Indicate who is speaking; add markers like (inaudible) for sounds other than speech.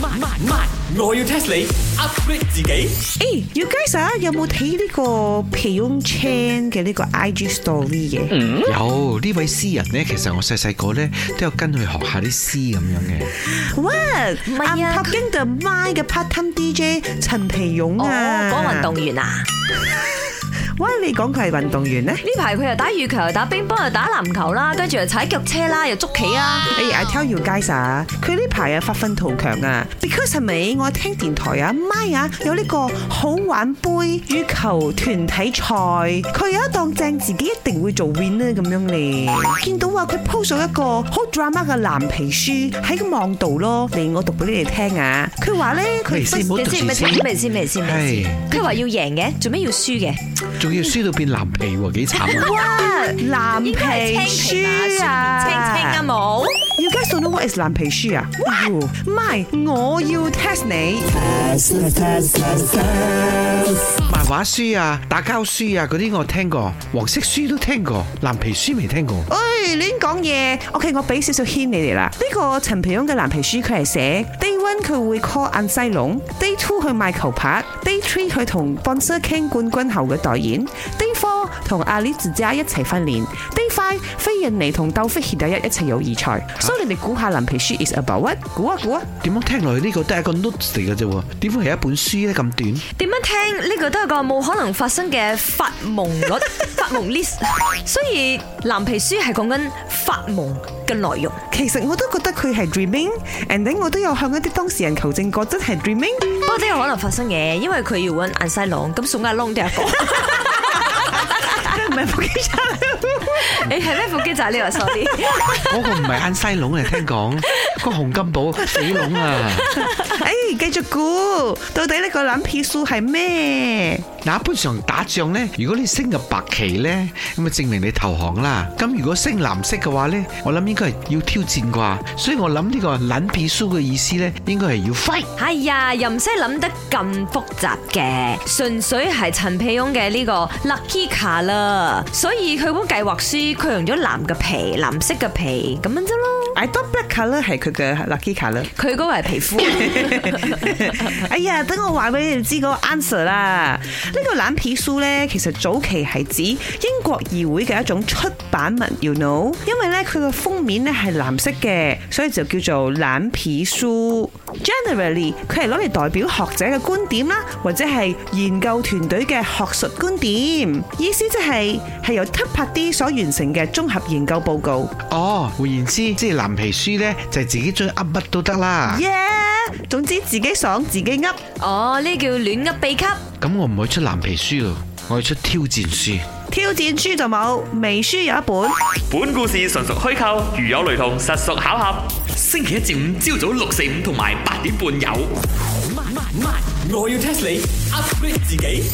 Speaker 1: 慢慢慢，我要 test 你 upgrade 自己。
Speaker 2: 诶、y o u guys 啊，有冇睇呢個皮翁 Chan 嘅呢個 IG story 嘅？
Speaker 3: 有呢位詩人咧，其實我細細個咧都有跟佢學下啲詩咁樣嘅。
Speaker 2: 哇！
Speaker 4: 係
Speaker 2: 阿
Speaker 4: 啊
Speaker 2: p o p i n the My 嘅 part time DJ 陳皮勇
Speaker 4: 哦，
Speaker 2: 啊，
Speaker 4: 講運。動員啊，呢
Speaker 2: 喂，你講佢係運動員咧？
Speaker 4: 排佢又打羽球，又打乒乓，又打籃球啦，跟住又踩腳車啦，又捉棋啊啦。
Speaker 2: 誒，I tell you guys 啊，佢呢排啊發奮圖強啊，because 係咪我聽電台啊，My 啊有呢個好玩杯羽球團體賽，佢有一檔正自己一定會做 winner 咁樣咧。見到啊，佢 po 上一個好 drama 嘅藍皮書喺個網度咯，嚟我讀俾你哋聽啊。佢話咧，佢
Speaker 3: 咩意思冇
Speaker 4: 你
Speaker 3: 讀
Speaker 4: 知
Speaker 3: 字
Speaker 4: 咪
Speaker 3: 先
Speaker 4: 先？咪先？咪先？咪先？佢話要贏嘅，做咩要輸嘅？
Speaker 3: 仲要輸到變藍皮喎，幾慘啊！
Speaker 2: 藍
Speaker 4: 應該係
Speaker 2: 皮
Speaker 4: 青皮
Speaker 2: 書
Speaker 4: 吧，
Speaker 2: 啊，
Speaker 4: 青青啊冇。
Speaker 2: You guys don't know what is 藍皮書啊？唔係，我要 test 你。
Speaker 3: 漫畫書啊、打交書啊嗰啲我聽過，黃色書都聽過，藍皮書未聽過。
Speaker 2: 哎，亂講嘢。OK，我俾少少 hint 你哋啦。呢、個陳皮翁嘅藍皮書佢係寫 Day One 佢會 call 晏西龍，Day Two 去賣球拍，Day Three 佢同 Bonser King 冠軍後嘅代言，Day Four 同阿 Li 姐姐一齊訓練，Day Five 飛印尼同鬥飛協第一一齊友誼賽。所以你哋估下藍皮書 is about what？估啊估啊！
Speaker 3: 點樣聽落去呢個都係一個 notes 嚟嘅啫喎，點會係一本書咧咁短？
Speaker 4: 點樣聽呢個都係個冇可能發生嘅發
Speaker 3: (laughs)
Speaker 4: 夢率、發夢 list，所以藍皮書係講緊發夢嘅內容。
Speaker 2: 其實我都覺得佢係 dreaming，and then 我都有向一啲當事人求證過，真係 dreaming。
Speaker 4: 不過都有可能發生嘅，因為佢要揾眼西郎，咁宋亞窿都有一
Speaker 3: (laughs)
Speaker 4: 個。
Speaker 2: 唔係伏擊差
Speaker 4: 你係咩腹肌仔？你話 sorry，
Speaker 3: 嗰個唔係晏西龍嚟，聽講個紅金寶死龍啊！
Speaker 2: 誒，哎繼續估，到底呢個藍皮書係咩？
Speaker 3: 嗱，一般上打仗咧，如果你升入白旗咧，咁啊證明你投降啦。咁如果升藍色嘅話咧，我諗應該係要挑戰啩。所以我諗呢個冷皮書嘅意思咧，應該係要 fight。
Speaker 4: 哎呀，又唔使諗得咁複雜嘅，純粹係陳皮翁嘅呢個 lucky 卡啦。所以佢本計劃書佢用咗藍嘅皮、藍色嘅皮咁樣啫咯。
Speaker 2: I thought black colour 係佢嘅 lucky colour。
Speaker 4: 佢嗰個係皮膚。
Speaker 2: (laughs) 哎呀，等我話俾你哋知個 answer 啦。呢個藍皮書呢，其實早期係指英國議會嘅一種出版物，you know，因為呢，佢嘅封面呢係藍色嘅，所以就叫做藍皮書。Generally，佢係攞嚟代表學者嘅觀點啦，或者係研究團隊嘅學術觀點。意思即係係由 t u p a d 所完成嘅綜合研究報告。
Speaker 3: 哦，換言之，即係藍皮書咧，就係自己中意噏乜都得啦。
Speaker 2: 耶！總之自己爽自己噏。
Speaker 4: 哦，呢叫亂噏秘笈。
Speaker 3: 咁我唔會出藍皮書咯，我要出挑戰書。
Speaker 2: 挑戰書就冇，微書有一本。
Speaker 5: 本故事純屬虛構，如有雷同，實屬巧合。星期一至五朝早六四五同埋八點半有。
Speaker 1: 慢慢慢，我要 test 你 upgrade 自己。